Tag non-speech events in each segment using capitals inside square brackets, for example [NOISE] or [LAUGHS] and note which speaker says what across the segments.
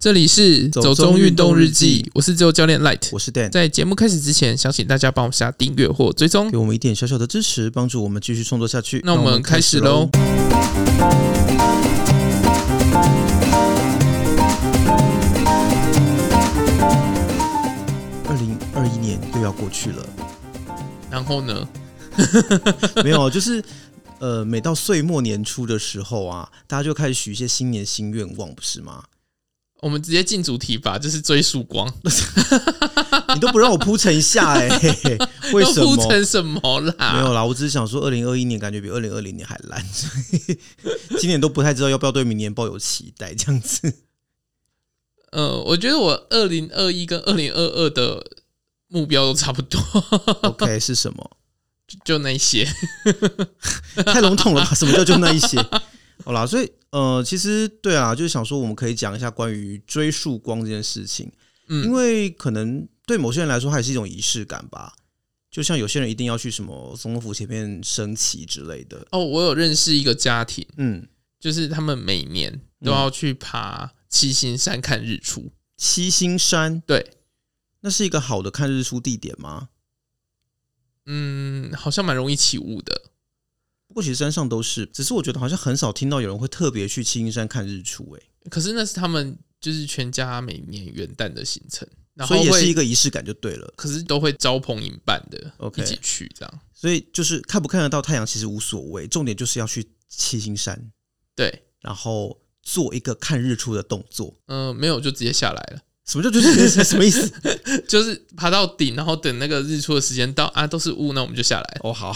Speaker 1: 这里是
Speaker 2: 走
Speaker 1: 走
Speaker 2: 中
Speaker 1: 中
Speaker 2: 运
Speaker 1: 运动
Speaker 2: 动
Speaker 1: 日
Speaker 2: 日记
Speaker 1: 记，我是自由教练 Light。
Speaker 2: 我是 Dan，
Speaker 1: 在节目开始之前，想请大家帮我下订阅或追踪
Speaker 2: 给。我们一点小小的支持，帮助我们继续创作下去。
Speaker 1: 那我们开始喽。。
Speaker 2: 二零二一年又要过去了， [LAUGHS]
Speaker 1: 然后呢？
Speaker 2: 没有，就是呃，每到岁末年初的时候啊，大家就开始许一些新年新愿望，不是吗？
Speaker 1: 我们直接进主题吧，就是追曙光。
Speaker 2: 你都不让我铺陈一下哎、嘿
Speaker 1: [LAUGHS]
Speaker 2: 嘿为
Speaker 1: 都
Speaker 2: 什么
Speaker 1: 铺？成什么啦？
Speaker 2: 没有啦，我只是想说，二零二一年感觉比二零二零年还烂，所以 [LAUGHS] 今年都不太知道要不要对明年抱有期待，这样子。
Speaker 1: 呃，我觉得我二零二一跟二零二二的目标都差不多， [LAUGHS]
Speaker 2: OK 是什么？
Speaker 1: 就就那一些。
Speaker 2: 太笼统了吧？什么叫就那一些？好啦，所以呃，其实对啊，就是想说我们可以讲一下关于追溯光这件事情，
Speaker 1: 嗯，
Speaker 2: 因为可能对某些人来说，它也是一种仪式感吧。就像有些人一定要去什么总统府前面升旗之类的，
Speaker 1: 哦，我有认识一个家庭，
Speaker 2: 嗯，
Speaker 1: 就是他们每年都要去爬七星山看日出。
Speaker 2: 七星山
Speaker 1: 对，
Speaker 2: 那是一个好的看日出地点吗？
Speaker 1: 嗯，好像蛮容易起雾的。
Speaker 2: 不过其实山上都是，只是我觉得好像很少听到有人会特别去七星山看日出、欸，
Speaker 1: 可是那是他们就是全家每年元旦的行程，然后
Speaker 2: 所以也是一
Speaker 1: 会，
Speaker 2: 个仪式感就对了。
Speaker 1: 可是都会招朋引伴的
Speaker 2: OK
Speaker 1: 一起去这样。
Speaker 2: 所以就是看不看得到太阳其实无所谓，重点就是要去七星山。
Speaker 1: 对，
Speaker 2: 然后做一个看日出的动作。
Speaker 1: 嗯、没有就直接下来了。 [LAUGHS]
Speaker 2: 什么叫就是 [LAUGHS] 什么意思？
Speaker 1: 就是爬到顶，然后等那个日出的时间到啊，都是雾，那我们就下来。
Speaker 2: 哦，好。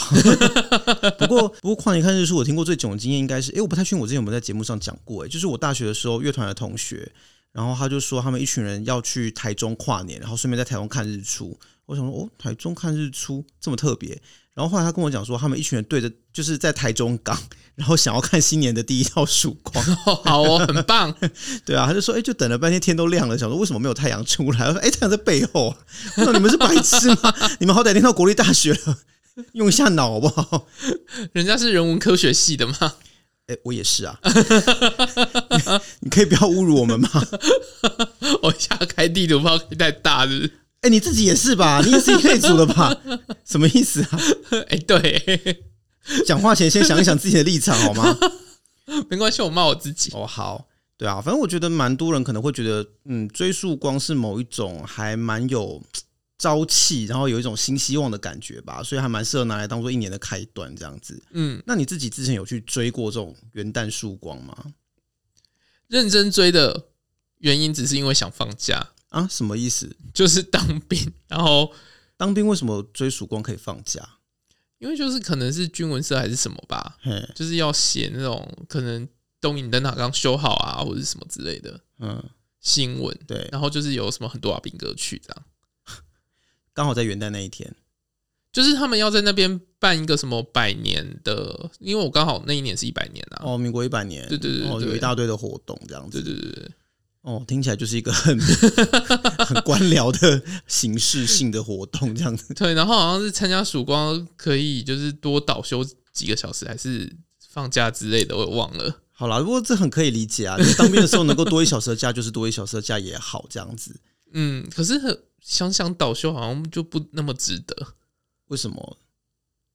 Speaker 2: [LAUGHS] 不过不过跨年看日出，我听过最囧的经验应该是，诶，我不太确定我之前有没有在节目上讲过，诶，就是我大学的时候乐团的同学，然后他就说他们一群人要去台中跨年，然后顺便在台中看日出。我想说，哦，台中看日出这么特别。然后后来他跟我讲说，他们一群人对着就是在台中港，然后想要看新年的第一道曙光。 [LAUGHS]
Speaker 1: 好 [LAUGHS] 哦，很棒。 [LAUGHS]
Speaker 2: 对啊，他就说，哎、就等了半天，天都亮了，想说为什么没有太阳出来？我说，哎、太阳在背后啊。 [LAUGHS] 我说你们是白痴吗？ [LAUGHS] 你们好歹念到国立大学了， [LAUGHS] 用一下脑好不好？
Speaker 1: 人家是人文科学系的嘛， [LAUGHS]
Speaker 2: 哎、我也是啊。 [LAUGHS] 你 [LAUGHS] 可以不要侮辱我们吗？
Speaker 1: 我一下开地图炮开太大是不是？
Speaker 2: 哎、你自己也是吧？你也是一类组的吧？什么意思啊？
Speaker 1: [LAUGHS] 哎、对， [LAUGHS]
Speaker 2: 讲话前先想一想自己的立场好吗？
Speaker 1: 没关系，我骂我自己。
Speaker 2: 哦，好，对啊，反正我觉得蛮多人可能会觉得，嗯，追溯光是某一种还蛮有朝气，然后有一种新希望的感觉吧，所以还蛮适合拿来当做一年的开端这样子。
Speaker 1: 嗯，
Speaker 2: 那你自己之前有去追过这种元旦曙光吗？
Speaker 1: 认真追的原因只是因为想放假，
Speaker 2: 啊，什么意思？
Speaker 1: 就是当兵，然后
Speaker 2: 当兵为什么追曙光可以放假？
Speaker 1: 因为就是可能是军文社还是什么吧，
Speaker 2: 嘿，
Speaker 1: 就是要写那种可能东引灯塔刚修好啊，或者是什么之类的
Speaker 2: 嗯，
Speaker 1: 新闻，
Speaker 2: 对，
Speaker 1: 然后就是有什么很多阿兵哥去这样。
Speaker 2: 刚好在元旦那一天。
Speaker 1: 就是他们要在那边办一个什么百年的，因为我刚好那一年是一百年啊。
Speaker 2: 哦，民国一百年，
Speaker 1: 对对对
Speaker 2: 哦，
Speaker 1: 对
Speaker 2: 有一大堆的活动这样
Speaker 1: 对
Speaker 2: 子。
Speaker 1: 对对对，
Speaker 2: 哦，听起来就是一
Speaker 1: [LAUGHS]
Speaker 2: 个很很官僚的形式性的活动这样子。
Speaker 1: 对，然后好像是参加曙光可以就是多倒休几个小时，还是放假之类的，我也忘了。
Speaker 2: 好啦，不过这很可以理解啊。就是当兵的时候能够多一小时的假，就是多一小时的假也好，这样子。
Speaker 1: 嗯，可是很想想倒休好像就不那么值得，
Speaker 2: 为什么？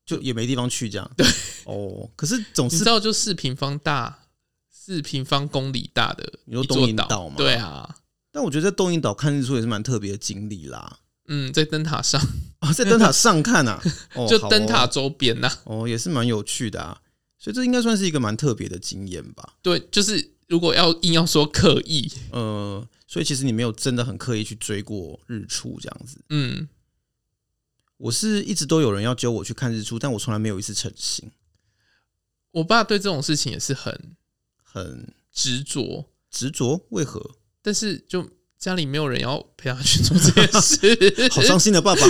Speaker 2: 就也没地方去这样。对。哦，可是总
Speaker 1: 你知
Speaker 2: 是
Speaker 1: 道就四平方大，四平方公里大的
Speaker 2: 你说
Speaker 1: 一座
Speaker 2: 东引
Speaker 1: 岛
Speaker 2: 岛吗
Speaker 1: 对啊，
Speaker 2: 但我觉得在东引岛看日出也是蛮特别的经历啦。
Speaker 1: 嗯，在灯塔上， [LAUGHS]
Speaker 2: 啊，在灯塔上看啊，哦、
Speaker 1: 就
Speaker 2: 好哦
Speaker 1: 灯塔周边啊呐、
Speaker 2: 哦，也是蛮有趣的啊。所以这应该算是一个蛮特别的经验吧。
Speaker 1: 对，就是如果要硬要说刻意，
Speaker 2: 呃，所以其实你没有真的很刻意去追过日出这样子。
Speaker 1: 嗯，
Speaker 2: 我是一直都有人要揪我去看日出，但我从来没有一次成型，
Speaker 1: 我爸对这种事情也是很
Speaker 2: 很
Speaker 1: 执着，
Speaker 2: 执着。为何？。
Speaker 1: 但是就家里没有人要陪他去做这件事
Speaker 2: [LAUGHS] 好伤心的爸爸。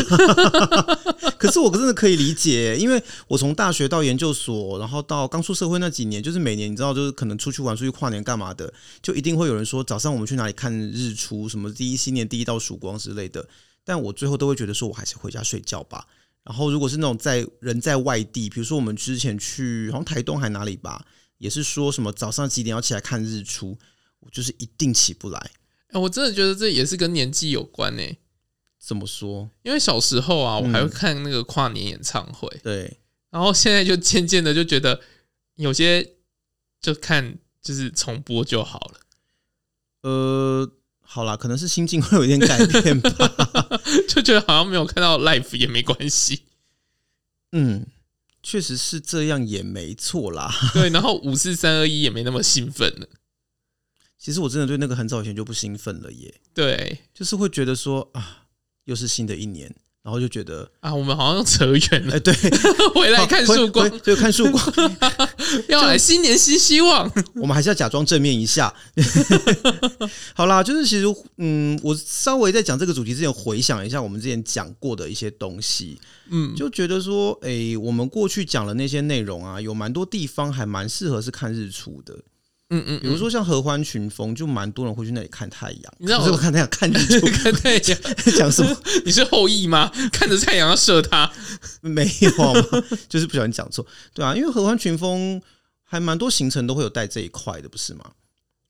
Speaker 2: 可是我真的可以理解，因为我从大学到研究所，然后到刚出社会那几年，就是每年你知道，就是可能出去玩、出去跨年干嘛的，就一定会有人说早上我们去哪里看日出，什么第一新年第一道曙光之类的。但我最后都会觉得说，我还是回家睡觉吧。然后如果是那种在人在外地，比如说我们之前去好像台东还哪里吧，也是说什么早上几点要起来看日出，我就是一定起不来。
Speaker 1: 哎、哎我真的觉得这也是跟年纪有关呢、
Speaker 2: 怎么说？
Speaker 1: 因为小时候啊，我
Speaker 2: 嗯
Speaker 1: 还会看那个跨年演唱会，
Speaker 2: 对，
Speaker 1: 然后现在就渐渐的就觉得有些就看就是重播就好了，
Speaker 2: 呃，好啦，可能是心境会有一点改变吧。
Speaker 1: [LAUGHS] 就觉得好像没有看到 live 也没关系。
Speaker 2: 嗯，确实是这样，也没错啦。
Speaker 1: 对，然后五四三二一也没那么兴奋了。
Speaker 2: 其实我真的对那个很早以前就不兴奋了耶，
Speaker 1: 对
Speaker 2: 就是会觉得说啊，又是新的一年，然后就觉得
Speaker 1: 啊，我们好像扯远
Speaker 2: 哎、
Speaker 1: 了，
Speaker 2: 对，
Speaker 1: 回来看曙光，
Speaker 2: 对，看曙光，
Speaker 1: 要来新年新希望。
Speaker 2: 我们还是要假装正面一下。 [LAUGHS] 好啦，就是其实，嗯，我稍微在讲这个主题之前，回想一下我们之前讲过的一些东西，
Speaker 1: 嗯，
Speaker 2: 就觉得说，哎、我们过去讲的那些内容啊，有蛮多地方还蛮适合是看日出的，
Speaker 1: 嗯嗯，
Speaker 2: 比如说像合欢群峰，就蛮多人会去那里看太阳。
Speaker 1: 你知道
Speaker 2: 不是
Speaker 1: 我
Speaker 2: 我看太阳看日出， [LAUGHS]
Speaker 1: 看太阳，
Speaker 2: 讲什么？ [LAUGHS]
Speaker 1: 你是后羿吗？看着太阳要射他。
Speaker 2: 没有好吗， [LAUGHS] 就是不小心讲错，对啊，因为合欢群峰还蛮多行程都会有带这一块的，不是吗？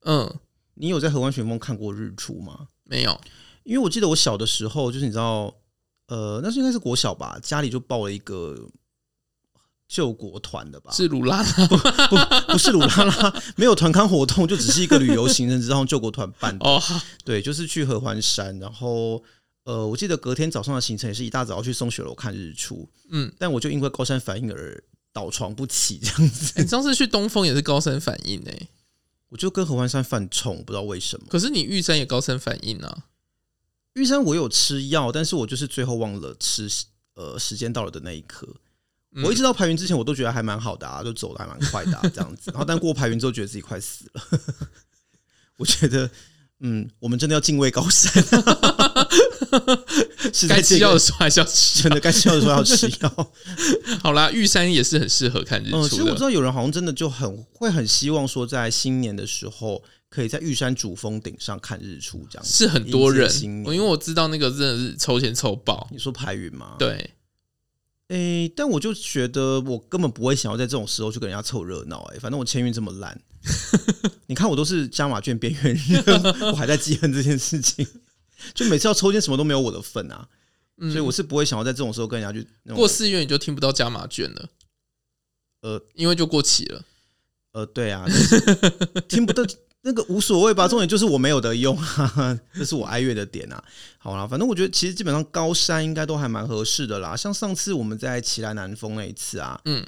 Speaker 1: 嗯，
Speaker 2: 你有在合欢群峰看过日出吗？
Speaker 1: 没有。
Speaker 2: 因为我记得我小的时候，就是你知道，呃，那是应该是国小吧，家里就报了一个救国团的吧，
Speaker 1: 是鲁拉拉吗
Speaker 2: 不是鲁拉拉，没有团康活动，就只是一个旅游行程，然后救国团办的，
Speaker 1: 哦，
Speaker 2: 对，就是去合欢山，然后。呃，我记得隔天早上的行程也是一大早要去松雪楼看日出，
Speaker 1: 嗯，
Speaker 2: 但我就因为高山反应而倒床不起，这样子。
Speaker 1: 哎你上次去东峰也是高山反应诶、
Speaker 2: 我就跟合欢山犯冲，不知道为什么。
Speaker 1: 可是你玉山也高山反应啊。
Speaker 2: 玉山我有吃药，但是我就是最后忘了吃，呃，时间到了的那一刻。
Speaker 1: 嗯
Speaker 2: 我一直到排云之前，我都觉得还蛮好的啊，就走的还蛮快的、啊、这样子。然后但过排云之后，觉得自己快死了。 [LAUGHS] 我觉得，嗯，我们真的要敬畏高山、是在
Speaker 1: 该
Speaker 2: 这
Speaker 1: 吃药的
Speaker 2: 个
Speaker 1: 时候还是要吃
Speaker 2: 真。的该吃药的时候要吃药。
Speaker 1: 好啦，玉山也是很适合看日 [LAUGHS]
Speaker 2: 嗯，其实
Speaker 1: 出
Speaker 2: 我知
Speaker 1: 的。
Speaker 2: 道有人好像真的就很会很希望说，在新年的时候可以在玉山主峰顶上看日出这样子。
Speaker 1: 是很多人
Speaker 2: 迎接新，
Speaker 1: 因
Speaker 2: 年
Speaker 1: 为我知道那个真的是抽钱抽爆，
Speaker 2: 你说排云吗？
Speaker 1: 对，
Speaker 2: 诶、但我就觉得我根本不会想要在这种时候去跟人家凑热闹。哎，反正我签运这么烂， [LAUGHS] 你看我都是加码券边缘人， [LAUGHS] 我还在记恨这件事情。就每次要抽签，什么都没有我的份啊，
Speaker 1: 嗯
Speaker 2: 所以我是不会想要在这种时候跟人家去那
Speaker 1: 过
Speaker 2: 种
Speaker 1: 四月你就听不到加码券了，
Speaker 2: 呃
Speaker 1: 因为就过期了。
Speaker 2: 呃，对啊，但是听不到那个无所谓吧，重点就是我没有得用啊，这是我哀乐的点啊。好啦，反正我觉得其实基本上高山应该都还蛮合适的啦，像上次我们在奇来南峰那一次啊，
Speaker 1: 嗯，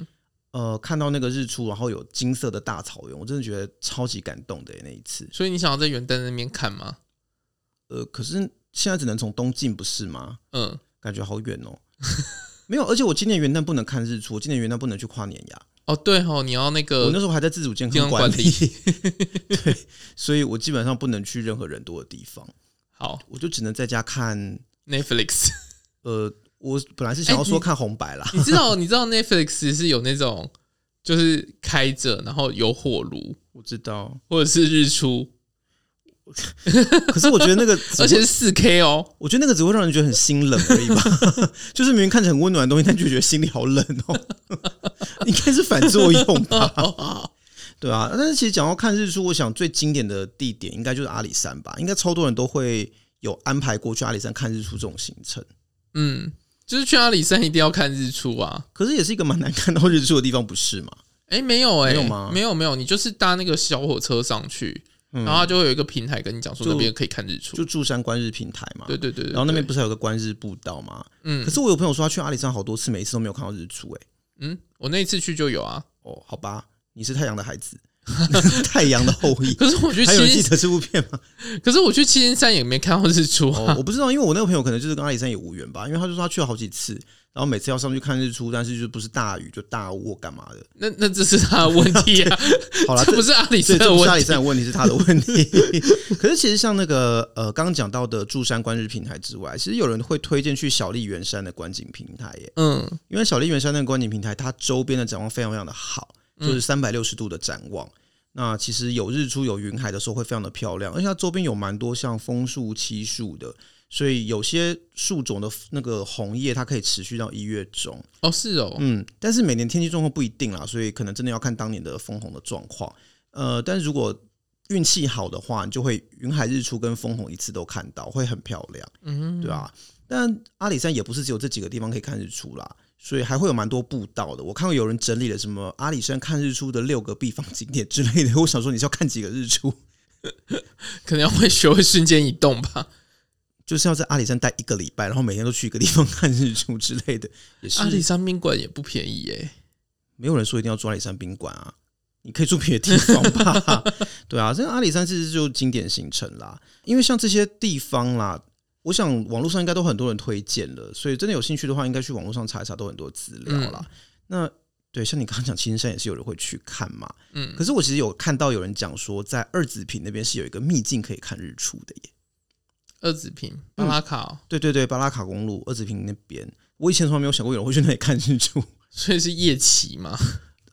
Speaker 2: 呃，看到那个日出，然后有金色的大草原，我真的觉得超级感动的欸耶那一次。
Speaker 1: 所以你想要在元旦那边看吗？
Speaker 2: 呃，可是现在只能从东进，不是吗？
Speaker 1: 嗯，
Speaker 2: 感觉好远
Speaker 1: [LAUGHS]
Speaker 2: 哦。没有，而且我今年元旦不能看日出，我今年元旦不能去跨年呀。
Speaker 1: 哦对哦，你要那
Speaker 2: 我
Speaker 1: 个
Speaker 2: 那时候还在自主健
Speaker 1: 健
Speaker 2: 康
Speaker 1: 康
Speaker 2: 管
Speaker 1: 管
Speaker 2: 理，对，所以我基本上不能去任何人多的地方，
Speaker 1: [LAUGHS] 好
Speaker 2: 我就只能在家看。
Speaker 1: Netflix。 [LAUGHS]
Speaker 2: 呃，我本来是想要
Speaker 1: 哎
Speaker 2: 说
Speaker 1: 你
Speaker 2: 看红白啦，
Speaker 1: 你知道你知道 Netflix 是有那种就是开着，然后有火炉
Speaker 2: 我
Speaker 1: [LAUGHS]
Speaker 2: 知道，
Speaker 1: 或者是日出，
Speaker 2: 可是我觉得那个只
Speaker 1: 而且是四 K 哦。
Speaker 2: 我觉得那个只会让人觉得很心冷而已吧， [LAUGHS] 就是明明看着很温暖的东西，但就觉得心里好冷哦， [LAUGHS] 应该是反作用吧，
Speaker 1: [LAUGHS]
Speaker 2: 对啊。但是其实讲到看日出，我想最经典的地点应该就是阿里山吧，应该超多人都会有安排过去阿里山看日出这种行程。
Speaker 1: 嗯，就是去阿里山一定要看日出啊。
Speaker 2: 可是也是一个蛮难看到日出的地方，不是吗？
Speaker 1: 哎、没有哎、
Speaker 2: 没有吗
Speaker 1: 没有没有，你就是搭那个小火车上去，
Speaker 2: 嗯
Speaker 1: 然后它就会有一个平台跟你讲说
Speaker 2: 就
Speaker 1: 那边可以看日出
Speaker 2: 就。柱山观日平台嘛，
Speaker 1: 对对对对，
Speaker 2: 然后那边
Speaker 1: 对
Speaker 2: 不是还有个观日步道吗？
Speaker 1: 嗯
Speaker 2: 可是我有朋友说他去阿里山好多次，每一次都没有看到日出、欸，
Speaker 1: 嗯，我那一次去就有啊。
Speaker 2: 哦，好吧，你是太阳的孩
Speaker 1: [LAUGHS]
Speaker 2: 子，太阳的后裔。
Speaker 1: 可是我去
Speaker 2: 还有人记
Speaker 1: 七，
Speaker 2: 得这部片吗？
Speaker 1: 可是我去七星山也没看到日出啊。
Speaker 2: 哦， [LAUGHS] 我不知道，因为我那个朋友可能就是跟阿里山也无缘吧，因为他就说他去了好几次，然后每次要上去看日出，但是就不是大雨就大雾或干嘛
Speaker 1: [LAUGHS]
Speaker 2: 的。
Speaker 1: [LAUGHS] 那那这是他的问题
Speaker 2: [LAUGHS]
Speaker 1: 啊，
Speaker 2: 好啦，
Speaker 1: 这不是
Speaker 2: 这
Speaker 1: 阿里
Speaker 2: 这
Speaker 1: 山
Speaker 2: 这
Speaker 1: 的
Speaker 2: 不是阿
Speaker 1: 问
Speaker 2: 里
Speaker 1: 题。
Speaker 2: 山的问题，是他的问题。
Speaker 1: [LAUGHS]
Speaker 2: 可是其实像那个呃，刚刚讲到的柱山观日平台之外，其实有人会推荐去小笠原山的观景平台耶，
Speaker 1: 嗯，
Speaker 2: 因为小笠原山那个观景平台，它周边的展望非常非常的好，就是三百六十度的展望。那其实有日出有云海的时候会非常的漂亮，而且它周边有蛮多像枫树、漆树的，所以有些树种的那个红叶它可以持续到一月中。
Speaker 1: 哦是哦，
Speaker 2: 嗯，但是每年天气状况不一定啦，所以可能真的要看当年的枫红的状况。呃，但是如果运气好的话，你就会云海日出跟枫红一次都看到，会很漂亮，
Speaker 1: 嗯，
Speaker 2: 对啊。但阿里山也不是只有这几个地方可以看日出啦，所以还会有蛮多步道的。我看过有人整理了什么阿里山看日出的六个必访景点之类的，我想说你是要看几个日出？
Speaker 1: 可能要会学会瞬间移动吧。
Speaker 2: 就是要在阿里山待一个礼拜，然后每天都去一个地方看日出之类的，也是
Speaker 1: 阿里山宾馆也不便宜耶、
Speaker 2: 没有人说一定要住阿里山宾馆啊， [LAUGHS] 你可以住别的地方吧？ [LAUGHS] 对啊，这阿里山其实就经典行程啦，因为像这些地方啦，我想网络上应该都很多人推荐了，所以真的有兴趣的话，应该去网络上查一查，都很多资料啦。那对，像你刚刚讲青山也是有人会去看嘛，
Speaker 1: 嗯
Speaker 2: 可是我其实有看到有人讲说，在二子坪那边是有一个秘境可以看日出的耶。
Speaker 1: 二子坪巴
Speaker 2: 嗯
Speaker 1: 拉卡哦、
Speaker 2: 对对对，巴拉卡公路二子坪那边，我以前从来没有想过有人会去那里看日出。
Speaker 1: 所以是夜骑嘛？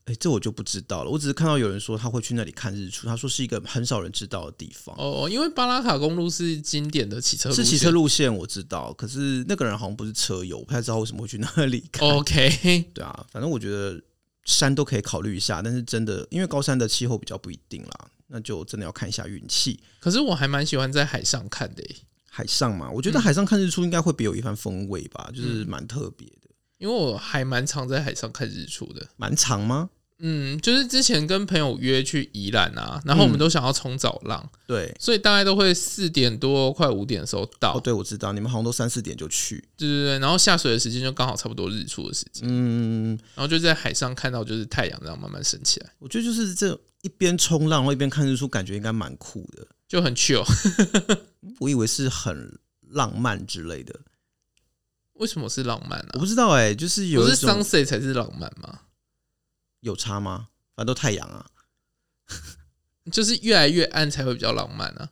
Speaker 2: 哎，这我就不知道了。我只是看到有人说他会去那里看日出，他说是一个很少人知道的地方，
Speaker 1: 哦，因为巴拉卡公路是经典的骑车路
Speaker 2: 是
Speaker 1: 线，
Speaker 2: 骑车路线我知道，可是那个人好像不是车友，我不太知道为什么会去那里
Speaker 1: 哦
Speaker 2: 看。
Speaker 1: OK，
Speaker 2: 对啊，反正我觉得山都可以考虑一下，但是真的因为高山的气候比较不一定啦，那就真的要看一下运气。
Speaker 1: 可是我还蛮喜欢在海上看的耶、
Speaker 2: 海上嘛，我觉得
Speaker 1: 嗯
Speaker 2: 海上看日出应该会别有一番风味吧，就是蛮特别的。
Speaker 1: 因为我还蛮常在海上看日出的。
Speaker 2: 蛮长吗？
Speaker 1: 嗯，就是之前跟朋友约去宜兰啊，然
Speaker 2: 嗯
Speaker 1: 后我们都想要冲早浪，
Speaker 2: 对，
Speaker 1: 所以大概都会四点多快五点的时候到，
Speaker 2: 哦，对，我知道，你们好像都三四点就去。
Speaker 1: 对对对，然后下水的时间就刚好差不多日出的时间，
Speaker 2: 嗯，
Speaker 1: 然后就在海上看到就是太阳这样慢慢升起来，
Speaker 2: 我觉得就是这一边冲浪，然后一边看日出，感觉应该蛮酷的。
Speaker 1: 就很 chill。 [LAUGHS]
Speaker 2: 我以为是很浪漫之类的，
Speaker 1: 为什么是浪漫
Speaker 2: 我
Speaker 1: 啊？
Speaker 2: 不知道哎、就是有
Speaker 1: 不
Speaker 2: 一
Speaker 1: 是
Speaker 2: 种
Speaker 1: sunset 才是浪漫吗？
Speaker 2: 有差吗？反正都太阳啊，
Speaker 1: 就是越来越暗才会比较浪漫啊。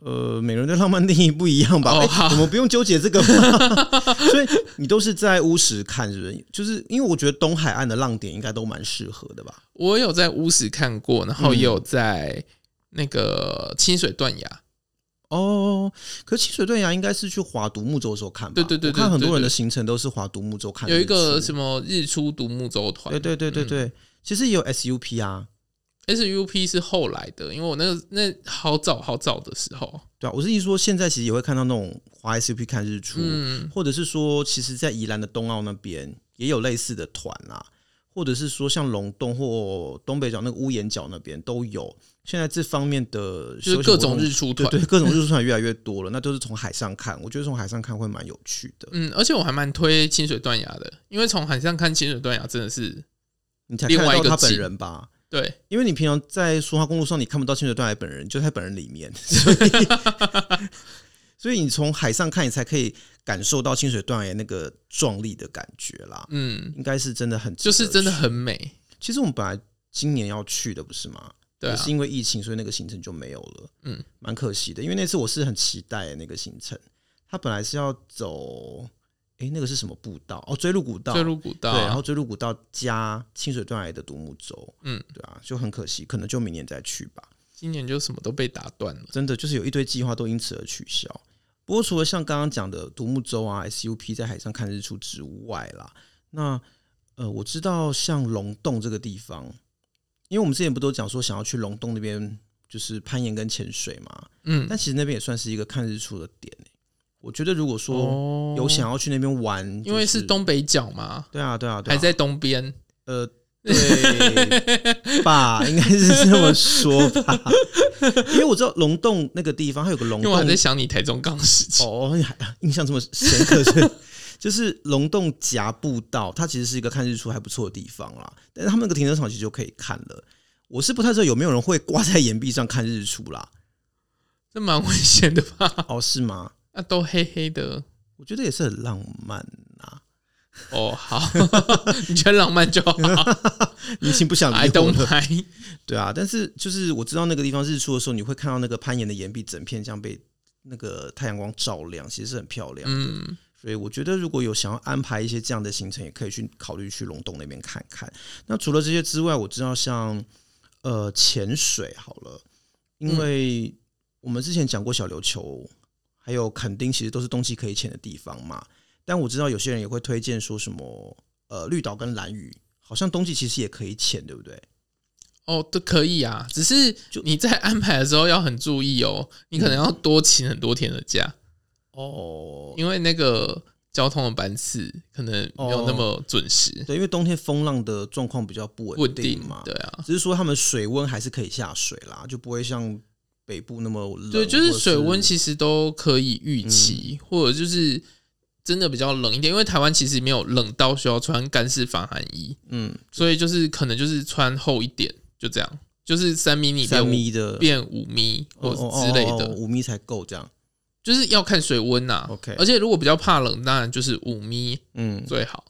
Speaker 2: 呃，每个人对浪漫定义不一样吧？
Speaker 1: 哦
Speaker 2: 哎
Speaker 1: 好
Speaker 2: 我们不用纠结这个吧。 [LAUGHS] 所以你都是在乌石看，是不是？就是因为我觉得东海岸的浪点应该都蛮适合的吧？
Speaker 1: 我有在乌石看过，然后也
Speaker 2: 嗯
Speaker 1: 有在那个清水断崖，
Speaker 2: 哦，可是清水断崖应该是去划独木舟的时候看吧？
Speaker 1: 对对对对
Speaker 2: 我看很多人
Speaker 1: 对对
Speaker 2: 的行程都是划独木舟看日出。
Speaker 1: 有一个什么日出独木舟团，
Speaker 2: 对对对
Speaker 1: 嗯
Speaker 2: 对对，其实也有 SUP 啊，
Speaker 1: SUP 是后来的，因为我那个那好早好早的时候，
Speaker 2: 对啊，我是意思说现在其实也会看到那种划 SUP 看日出，啊
Speaker 1: 嗯，
Speaker 2: 或者是说，其实，在宜兰的东澳那边也有类似的团啊，或者是说像龙洞或东北角那个屋檐角那边都有。现在这方面的
Speaker 1: 就
Speaker 2: 休
Speaker 1: 是
Speaker 2: 闲
Speaker 1: 各
Speaker 2: 活
Speaker 1: 种
Speaker 2: 动
Speaker 1: 日出团，
Speaker 2: 对对，各种日出团越来越多了，那都是从海上看，我觉得从海上看会蛮有趣的。
Speaker 1: 嗯，而且我还蛮推清水断崖的，因为从海上看清水断崖真的是
Speaker 2: 你才
Speaker 1: 另
Speaker 2: 看
Speaker 1: 外
Speaker 2: 得
Speaker 1: 一个
Speaker 2: 到他本
Speaker 1: 景
Speaker 2: 人吧？
Speaker 1: 对，
Speaker 2: 因为你平常在苏花公路上，你看不到清水断崖本人，就在本人里
Speaker 1: [LAUGHS]
Speaker 2: 面，所以所以你从海上看，你才可以感受到清水断崖那个壮丽的感觉啦。
Speaker 1: 嗯，
Speaker 2: 应该是真的很值
Speaker 1: 就
Speaker 2: 得
Speaker 1: 是真的
Speaker 2: 去
Speaker 1: 很美，
Speaker 2: 其实我们本来今年要去的，不是吗？
Speaker 1: 对
Speaker 2: 可
Speaker 1: 啊
Speaker 2: 是，因为疫情，所以那个行程就没有了。
Speaker 1: 嗯，
Speaker 2: 蛮可惜的，因为那次我是很期待的那个行程。他本来是要走，诶，那个是什么步道？哦，追鹿古道。
Speaker 1: 坠入古道
Speaker 2: 对，
Speaker 1: 啊，
Speaker 2: 然后追鹿古道加清水断崖的独木舟。
Speaker 1: 嗯，
Speaker 2: 对啊，就很可惜，可能就明年再去吧。
Speaker 1: 今年就什么都被打断了，
Speaker 2: 真的就是有一堆计划都因此而取消。不过除了像刚刚讲的独木舟啊、SUP 在海上看日出之外啦，那呃，我知道像龙洞这个地方，因为我们之前不都讲说想要去龙洞那边就是攀岩跟潜水嘛，
Speaker 1: 嗯，
Speaker 2: 但其实那边也算是一个看日出的点、欸、我觉得如果说
Speaker 1: 哦
Speaker 2: 有想要去那边玩，
Speaker 1: 因为
Speaker 2: 就是
Speaker 1: 东北角嘛，
Speaker 2: 对啊对啊对啊，
Speaker 1: 还在东边，
Speaker 2: 呃，对吧？应该是这么说吧，因为我知道龙洞那个地方，它有个龙
Speaker 1: 因为我还
Speaker 2: 洞
Speaker 1: 在想你台中港时期，
Speaker 2: 哦，你还印象这么深刻是？就是龙洞峡步道，它其实是一个看日出还不错的地方啦。但是他们那个停车场其实就可以看了。我是不太知道有没有人会挂在岩壁上看日出啦。
Speaker 1: 这蛮危险的
Speaker 2: [LAUGHS]
Speaker 1: 吧？
Speaker 2: 哦，是吗？
Speaker 1: 啊，都黑黑的，
Speaker 2: 我觉得也是很浪漫啊。
Speaker 1: 哦，好， [LAUGHS] 你觉得浪漫
Speaker 2: [LAUGHS]
Speaker 1: 就好
Speaker 2: 你已经不想
Speaker 1: ，I
Speaker 2: 理
Speaker 1: don't
Speaker 2: 我了，
Speaker 1: mind。
Speaker 2: 对啊。但是就是我知道那个地方日出的时候，你会看到那个攀岩的岩壁整片这样被那个太阳光照亮，其实是很漂亮。
Speaker 1: 嗯，
Speaker 2: 所以我觉得，如果有想要安排一些这样的行程，也可以去考虑去龙洞那边看看。那除了这些之外，我知道像呃潜水好了，因为我们之前讲过小琉球还有垦丁，其实都是冬季可以潜的地方嘛。但我知道有些人也会推荐说什么呃绿岛跟蓝屿，好像冬季其实也可以潜，对不对？
Speaker 1: 哦，都可以啊，只是
Speaker 2: 就
Speaker 1: 你在安排的时候要很注意哦，你可能要多请很多天的假，
Speaker 2: 嗯哦，
Speaker 1: 因为那个交通的班次可能没有那么准时、
Speaker 2: 对，因为冬天风浪的状况比较不
Speaker 1: 不
Speaker 2: 稳
Speaker 1: 一定
Speaker 2: 定哦嘛，
Speaker 1: 对啊，
Speaker 2: 只是说他们水温还是可以下水啦，就不会像北部那么冷。
Speaker 1: 对，就
Speaker 2: 或
Speaker 1: 是
Speaker 2: 者嗯
Speaker 1: 水温其实都可以预期，或者就是真的比较冷一点，因为台湾其实没有冷到需要穿干式防寒衣，
Speaker 2: 嗯
Speaker 1: 所以就是可能就是穿厚一点，就这样，就是三米里
Speaker 2: 三
Speaker 1: 变五
Speaker 2: 米的
Speaker 1: 变五米或之类的，
Speaker 2: 哦哦哦五米才够这样。
Speaker 1: 就是要看水温呐、
Speaker 2: OK
Speaker 1: 而且如果比较怕冷，当然就是五米
Speaker 2: 嗯，
Speaker 1: 最好，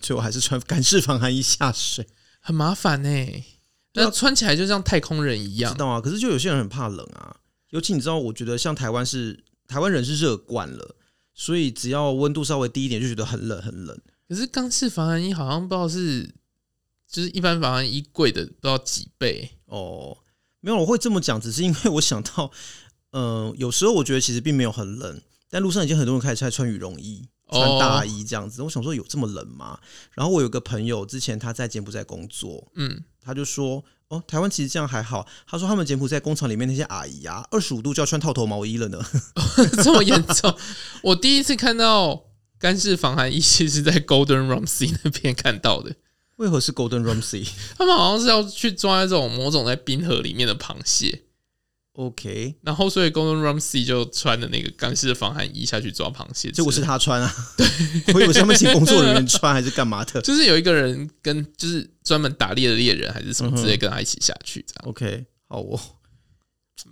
Speaker 2: 所以我还是穿干式防寒衣下水，
Speaker 1: 很麻烦呢、欸
Speaker 2: 对啊
Speaker 1: 那穿起来就像太空人一
Speaker 2: 知
Speaker 1: 样，
Speaker 2: 道啊。可是就有些人很怕冷啊，尤其你知道，我觉得像台湾是台湾人是热惯了，所以只要温度稍微低一点就觉得很冷很冷。
Speaker 1: 可是钢式防寒衣好像不知道是就是一般防寒衣贵的不知道几倍，
Speaker 2: 哦，没有，我会这么讲，只是因为我想到， [LAUGHS] 呃，有时候我觉得其实并没有很冷，但路上已经很多人开始在穿羽绒衣、穿大
Speaker 1: 哦
Speaker 2: 衣这样子。我想说有这么冷吗？然后我有个朋友之前他在柬埔寨工作， [LAUGHS]
Speaker 1: 嗯，
Speaker 2: 他就说。哦，台湾其实这样还好。他说他们柬埔寨工厂里面那些阿姨啊，二十五度就要穿套头毛衣了呢。
Speaker 1: 这么严重。我第一次看到干式防寒衣，其实是在 Golden Ramsy 那边看到的。
Speaker 2: 为何是 Golden Ramsy？OK，、
Speaker 1: 他们好像是要去抓那种某种在冰河里面的螃蟹，
Speaker 2: OK，
Speaker 1: 然后所以 Golden Ramsy 就穿的那个钢丝防寒衣下去抓螃蟹。
Speaker 2: 结果是他穿啊。对，我以为是他们请工作人员穿还是干嘛
Speaker 1: [LAUGHS]
Speaker 2: 的
Speaker 1: 就是有一个人跟就是专门打猎的猎人还是
Speaker 2: 嗯
Speaker 1: 什么之类，跟他一起下去这样。
Speaker 2: ？OK，好哦。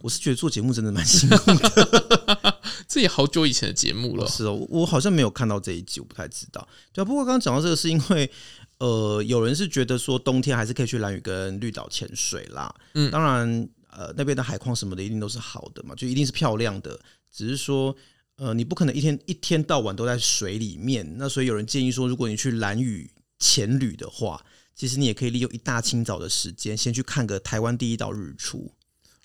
Speaker 2: 我是觉得做节目真的蛮辛苦的
Speaker 1: 这也好久以前的节目了
Speaker 2: 哦，是哦，我我好像没有看到这一集，我不太知道。对啊，不过刚刚讲到这个是因为，呃，有人是觉得说冬天还是可以去蓝屿跟绿岛潜水啦。
Speaker 1: 嗯
Speaker 2: 当然，呃，那边的海况什么的一定都是好的嘛，就一定是漂亮的。只是说，呃，你不可能一天一天到晚都在水里面。那所以有人建议说，如果你去蓝屿潜旅的话，其实你也可以利用一大清早的时间，先去看个台湾第一岛日出。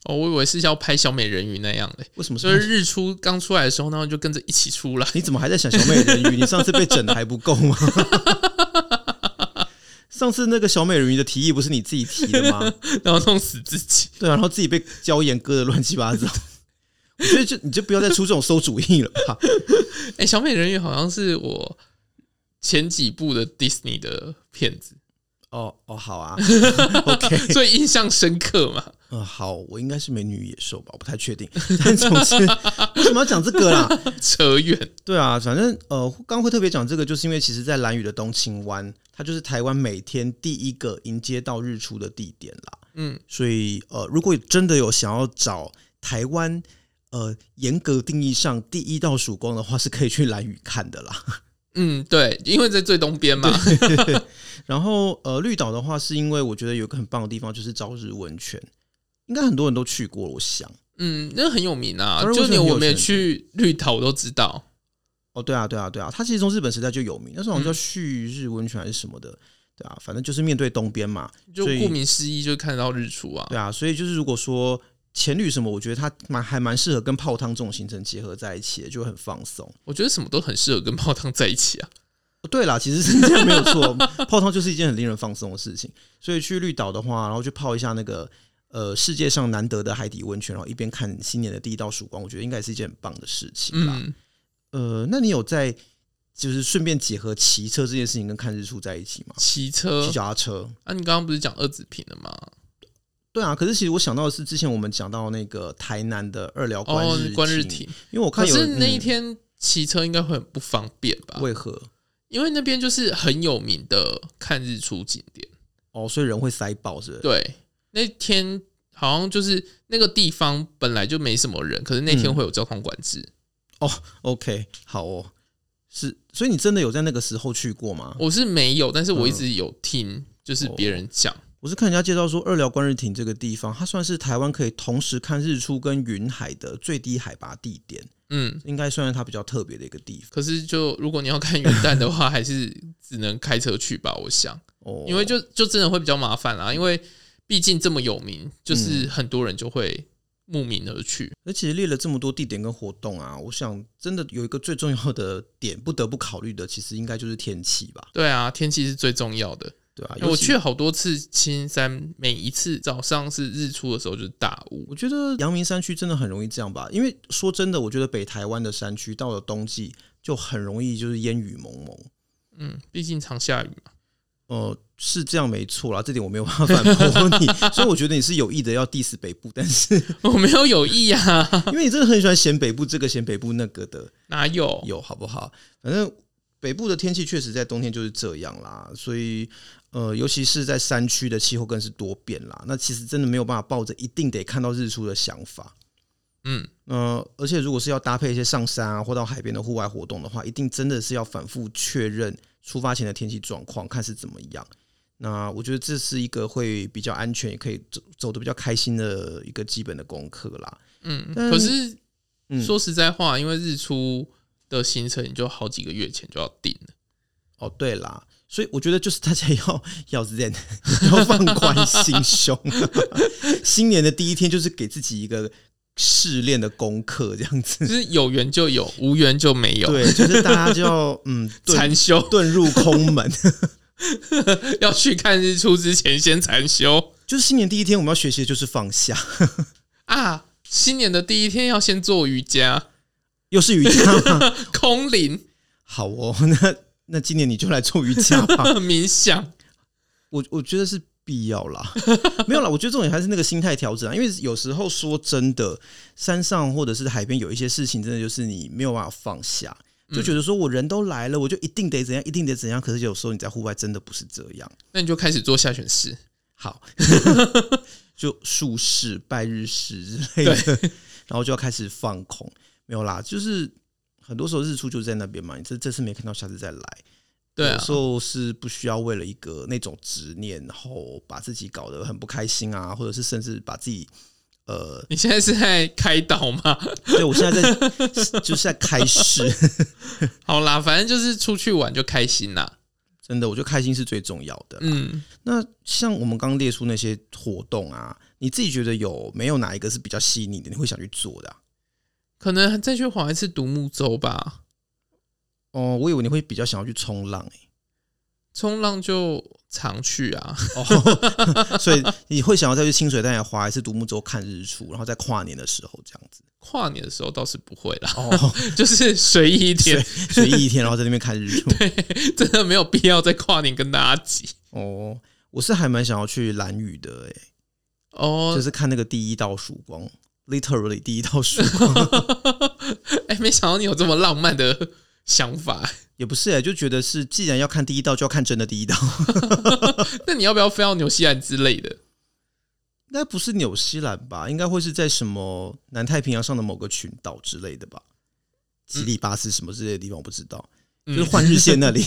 Speaker 1: 哦，我以为是要拍小美人鱼那样的，
Speaker 2: 为什么
Speaker 1: 就是
Speaker 2: 是？
Speaker 1: 日出刚出来的时候，然后就跟着一起出来。 [LAUGHS]
Speaker 2: 你怎么还在想小美人 [LAUGHS] 鱼？你上次被整的还不够吗？ [LAUGHS] 上次那个小美人鱼的提议不是你自己提的吗？ [LAUGHS]
Speaker 1: 然后弄死自己。
Speaker 2: 对啊，然后自己被椒盐割的乱七八糟。我觉得就你就不要再出这种馊主意了吧。
Speaker 1: 哎、小美人鱼好像是我前几部的 Disney 的片子，
Speaker 2: 哦哦，好啊 [LAUGHS] ，OK，
Speaker 1: 所以印象深刻嘛。 [LAUGHS]
Speaker 2: 嗯、好，我应该是美女与野兽吧，我不太确定。但总之，为什么要讲这个啦？
Speaker 1: 扯远，
Speaker 2: 对啊，反正呃，刚会特别讲这个，就是因为其实，在蓝屿的东青湾，它就是台湾每天第一个迎接到日出的地点啦。
Speaker 1: 嗯，
Speaker 2: 所以呃，如果真的有想要找台湾呃严格定义上第一道曙光的话，是可以去蓝屿看的啦。 [LAUGHS]
Speaker 1: 嗯，对，因为在最东边嘛，
Speaker 2: 然后呃，绿岛的话，是因为我觉得有一个很棒的地方，就是朝日温泉，应该很多人都去过，我想。
Speaker 1: [LAUGHS] 嗯，那很有名啊
Speaker 2: 当。然
Speaker 1: 就连我
Speaker 2: 为什么很有
Speaker 1: 没
Speaker 2: 钱
Speaker 1: 去绿岛，我都知道。
Speaker 2: 哦，对啊，对啊，对啊，它其实从日本时代就有名，那时候好像叫旭日温泉还是什么的，对啊，反正就是面对东边嘛，
Speaker 1: 就
Speaker 2: 所以
Speaker 1: 顾名思义，就看得到日出啊。
Speaker 2: 对啊，所以就是如果说前旅什么，我觉得它蛮还蛮适合跟泡汤这种行程结合在一起的，就会很放松。
Speaker 1: 我觉得什么都很适合跟泡汤在一起
Speaker 2: [LAUGHS]
Speaker 1: 啊。
Speaker 2: 哦对啦，其实是这样没有错，泡汤就是一件很令人放松的事情。所以去绿岛的话，然后去泡一下那个呃世界上难得的海底温泉，然后一边看新年的第一道曙光，我觉得应该也是一件很棒的事情啦。
Speaker 1: 嗯，
Speaker 2: 呃，那你有在就是顺便结合骑车这件事情跟看日出在一起吗？
Speaker 1: 骑车
Speaker 2: 骑脚踏车，
Speaker 1: 啊，你刚刚不是讲二子坪了吗？
Speaker 2: 对啊。可是其实我想到的是，之前我们讲到那个台南的二寮关
Speaker 1: 哦
Speaker 2: 日，
Speaker 1: 观日
Speaker 2: 亭，
Speaker 1: 亭。
Speaker 2: 因为我
Speaker 1: 可
Speaker 2: 看有
Speaker 1: 是那一、
Speaker 2: 嗯
Speaker 1: 天骑车应该会很不方便吧？
Speaker 2: 为何
Speaker 1: 因为那边就是很有名的看日出景点。
Speaker 2: 哦，所以人会塞爆是不是？
Speaker 1: 对，那天好像就是那个地方本来就没什么人，可是那天
Speaker 2: 嗯
Speaker 1: 会有交通管制。
Speaker 2: OK，好哦，是，所以你真的有在那个时候去过吗？
Speaker 1: 我是没有，但是我一
Speaker 2: 嗯
Speaker 1: 直有听，就是别人讲。
Speaker 2: 我是看人家介绍说，二寮观日亭这个地方，它算是台湾可以同时看日出跟云海的最低海拔地点，
Speaker 1: 嗯，
Speaker 2: 应该算是它比较特别的一个地方。
Speaker 1: 可是就如果你要看元旦的
Speaker 2: [LAUGHS]
Speaker 1: 话，还是只能开车去吧，我想。
Speaker 2: 哦，
Speaker 1: 因为就就真的会比较麻烦啦，啊因为毕竟这么有名，
Speaker 2: 嗯
Speaker 1: 就是很多人就会慕名而去。
Speaker 2: 而且列了这么多地点跟活动啊，我想真的有一个最重要的点不得不考虑的，其实应该就是天气吧。
Speaker 1: 对啊，天气是最重要的。
Speaker 2: 对啊，尤
Speaker 1: 我
Speaker 2: 其
Speaker 1: 去好多次青山，每一次早上是日出的时候就是大雾，
Speaker 2: 我觉得阳明山区真的很容易这样吧，因为说真的，我觉得北台湾的山区到了冬季就很容易就是烟雨蒙蒙。
Speaker 1: 嗯，毕竟常下雨嘛。 [LAUGHS]
Speaker 2: 呃，是这样没错啦，这点我没有办法反驳你，所以我觉得你是有意的要 diss 北部，但是 [LAUGHS]
Speaker 1: 我没有有意啊，
Speaker 2: 因为你真的很喜欢嫌北部这个嫌北部那个的，
Speaker 1: 哪有？
Speaker 2: 有好不好？反正北部的天气确实在冬天就是这样啦，所以呃，尤其是在山区的气候更是多变啦。那其实真的没有办法抱着一定得看到日出的想法。
Speaker 1: 嗯，
Speaker 2: 呃，而且如果是要搭配一些上山啊或到海边的户外活动的话，一定真的是要反复确认出发前的天气状况，看是怎么样。那我觉得这是一个会比较安全，也可以走走的比较开心的一个基本的功课啦。
Speaker 1: 嗯，
Speaker 2: 但
Speaker 1: 可是、
Speaker 2: 嗯
Speaker 1: 说实在话，因为日出的行程你就好几个月前就要定
Speaker 2: [LAUGHS]
Speaker 1: 了。
Speaker 2: 哦，对啦，所以我觉得就是大家要要 zen，要放宽心胸。 [LAUGHS] 新年的第一天就是给自己一个试炼的功课，这样
Speaker 1: 就
Speaker 2: 子。
Speaker 1: 是有缘就有，无缘就没有。
Speaker 2: 对，就是大家就要嗯，遁
Speaker 1: 禅修 [LAUGHS]
Speaker 2: 遁入空门。 [LAUGHS]
Speaker 1: 要去看日出之前先禅修
Speaker 2: 就是新年第一天，我们要学习的就是放下，
Speaker 1: 啊！新年的第一天要先做瑜伽，
Speaker 2: 又是瑜伽吗？ [LAUGHS]
Speaker 1: 空灵
Speaker 2: 好哦，那那今年你就来做瑜伽吧。
Speaker 1: 冥想。
Speaker 2: 我我觉得是必要啦， [LAUGHS] 没有啦。我觉得重点还是那个心态调整啊，因为有时候说真的，山上或者是海边有一些事情，真的就是你没有办法放下，就觉得说我人都来了，我就一定得怎样，一定得怎样。可是有时候你在户外真的不是这样。
Speaker 1: 那你就开始做下犬式，
Speaker 2: 好， [LAUGHS] 就术式、拜日式之类的，然后就要开始放空，没有啦，就是很多时候日出就在那边嘛，你这这次没看到，下次再来。
Speaker 1: 对啊
Speaker 2: 有时，候是不需要为了一个那种执念，然后把自己搞得很不开心啊， [LAUGHS] 或者是甚至把自己呃，
Speaker 1: 你现在是在开导吗？ [LAUGHS]
Speaker 2: 对我现在在就是在开始， [LAUGHS]
Speaker 1: 好啦，反正就是出去玩就开心啦。
Speaker 2: 真的，我觉得开心是最重要的。
Speaker 1: 嗯，
Speaker 2: 那像我们刚列出那些活动啊，你自己觉得有没有哪一个是比较吸引你的，你会想去做的啊、
Speaker 1: 可能再去划一次独木舟吧，
Speaker 2: 哦，我以为你会比较想要去冲浪、欸，
Speaker 1: 冲浪就常去啊。 [LAUGHS]
Speaker 2: 哦， [LAUGHS] 所以你会想要再去清水淡也划一次独木舟看日出，然后在跨年的时候这样子，
Speaker 1: 跨年的时候倒是不会啦， [LAUGHS]
Speaker 2: 哦，
Speaker 1: 就是随意一点，
Speaker 2: [LAUGHS] 随意一天，然后在那边看日出，
Speaker 1: 真的没有必要在跨年跟大家挤
Speaker 2: 哦，我是还蛮想要去蓝屿的、欸，哎、
Speaker 1: 哦
Speaker 2: 就。是看那个第一道曙光，literally 第一道曙光，
Speaker 1: [LAUGHS] [LAUGHS] 哎、没想到你有这么浪漫的想法， [LAUGHS]
Speaker 2: 也不是哎、就觉得是既然要看第一道，就要看真的第一道，
Speaker 1: 那你要不要飞到纽西兰之类的？
Speaker 2: 应该不是纽西兰吧？应该会是在什么南太平洋上的某个群岛之类的吧？吉里巴斯什么之类的地方我不知道，
Speaker 1: 嗯
Speaker 2: 就是换日线
Speaker 1: [LAUGHS]
Speaker 2: 那里。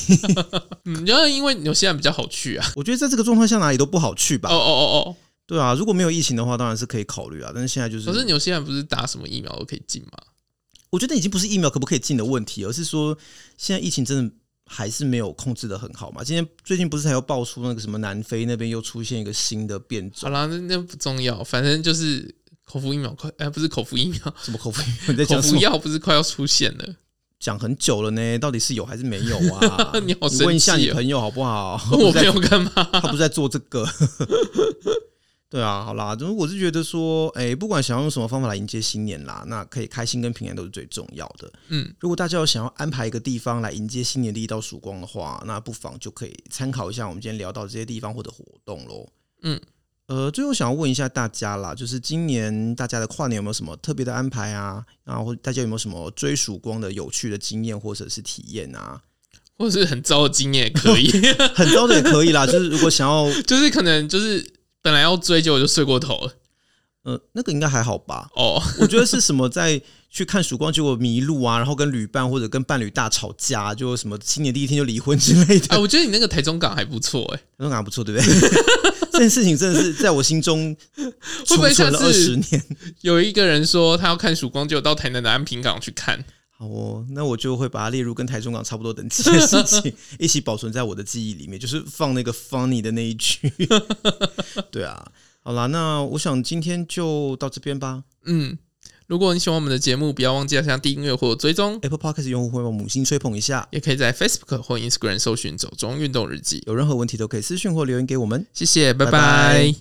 Speaker 1: 嗯，然后因为纽西兰比较好去啊。
Speaker 2: 我觉得在这个状况下哪里都不好去吧
Speaker 1: 哦。哦哦哦，
Speaker 2: 对啊，如果没有疫情的话，当然是可以考虑啊。但是现在就是，
Speaker 1: 可是纽西兰不是打什么疫苗都可以进吗？
Speaker 2: 我觉得已经不是疫苗可不可以进的问题，而是说现在疫情真的还是没有控制的很好嘛。今天最近不是还有爆出那个什么南非那边又出现一个新的变种，
Speaker 1: 好啦，那那不重要，反正就是口服疫苗快，哎、不是口服
Speaker 2: [LAUGHS]
Speaker 1: 疫苗，
Speaker 2: 什么口服你在
Speaker 1: [LAUGHS] 口
Speaker 2: 哎讲什
Speaker 1: 服
Speaker 2: 么？
Speaker 1: 药不是快要出现了？
Speaker 2: 讲很久了呢，到底是有还是没有啊
Speaker 1: [LAUGHS] ？你好生气哦
Speaker 2: 问一下你朋友好不好？
Speaker 1: [LAUGHS] 我没
Speaker 2: 在
Speaker 1: 有干嘛？
Speaker 2: 他不是在做这个。 [LAUGHS] 对啊，好啦，就是我是觉得说，哎、不管想要用什么方法来迎接新年啦，那可以开心跟平安都是最重要的。
Speaker 1: 嗯，
Speaker 2: 如果大家有想要安排一个地方来迎接新年的一道曙光的话，那不妨就可以参考一下我们今天聊到这些地方或者活动喽。
Speaker 1: 嗯，
Speaker 2: 呃，最后想要问一下大家啦，就是今年大家的跨年有没有什么特别的安排啊？然后大家有没有什么追曙光的有趣的经验或者是体验啊？ [LAUGHS]
Speaker 1: 或者是很糟的经验也可以，
Speaker 2: 很糟的也可以啦，就是如果想要，
Speaker 1: [LAUGHS] 就是可能就是本来要追，结果就睡过头了。
Speaker 2: 呃，那个应该还好吧？ [LAUGHS]
Speaker 1: 哦，
Speaker 2: 我觉得是什么在去看曙光，结果迷路啊，然后跟旅伴或者跟伴侣大吵架，就什么新年第一天就离婚之类的
Speaker 1: 哎、，我觉得你那个台中港还不错、哎，
Speaker 2: 那还不错，对不对？ [LAUGHS] 这件事情真的是在我心中
Speaker 1: 会
Speaker 2: 储
Speaker 1: 不 [LAUGHS] 会下
Speaker 2: 存
Speaker 1: 次
Speaker 2: 了二十年。
Speaker 1: 有一个人说他要看曙光，结果到台南的安平港去看。
Speaker 2: 好哦，那我就会把它列入跟台中港差不多等级的事
Speaker 1: [LAUGHS]
Speaker 2: 情，一起保存在我的记忆里面，就是放那个 funny 的那一 [LAUGHS] 句。对啊，好啦，那我想今天就到这边吧。
Speaker 1: 嗯，如果你喜欢我们的节目，不要忘记要向订阅或追踪，
Speaker 2: Apple Podcast 用户会帮母星吹捧一下，
Speaker 1: 也可以在 Facebook 或 Instagram 搜寻“走中运动日记
Speaker 2: 有任何问题都可以私讯或留言给我们。”。
Speaker 1: 谢谢，拜
Speaker 2: 拜
Speaker 1: 拜
Speaker 2: 拜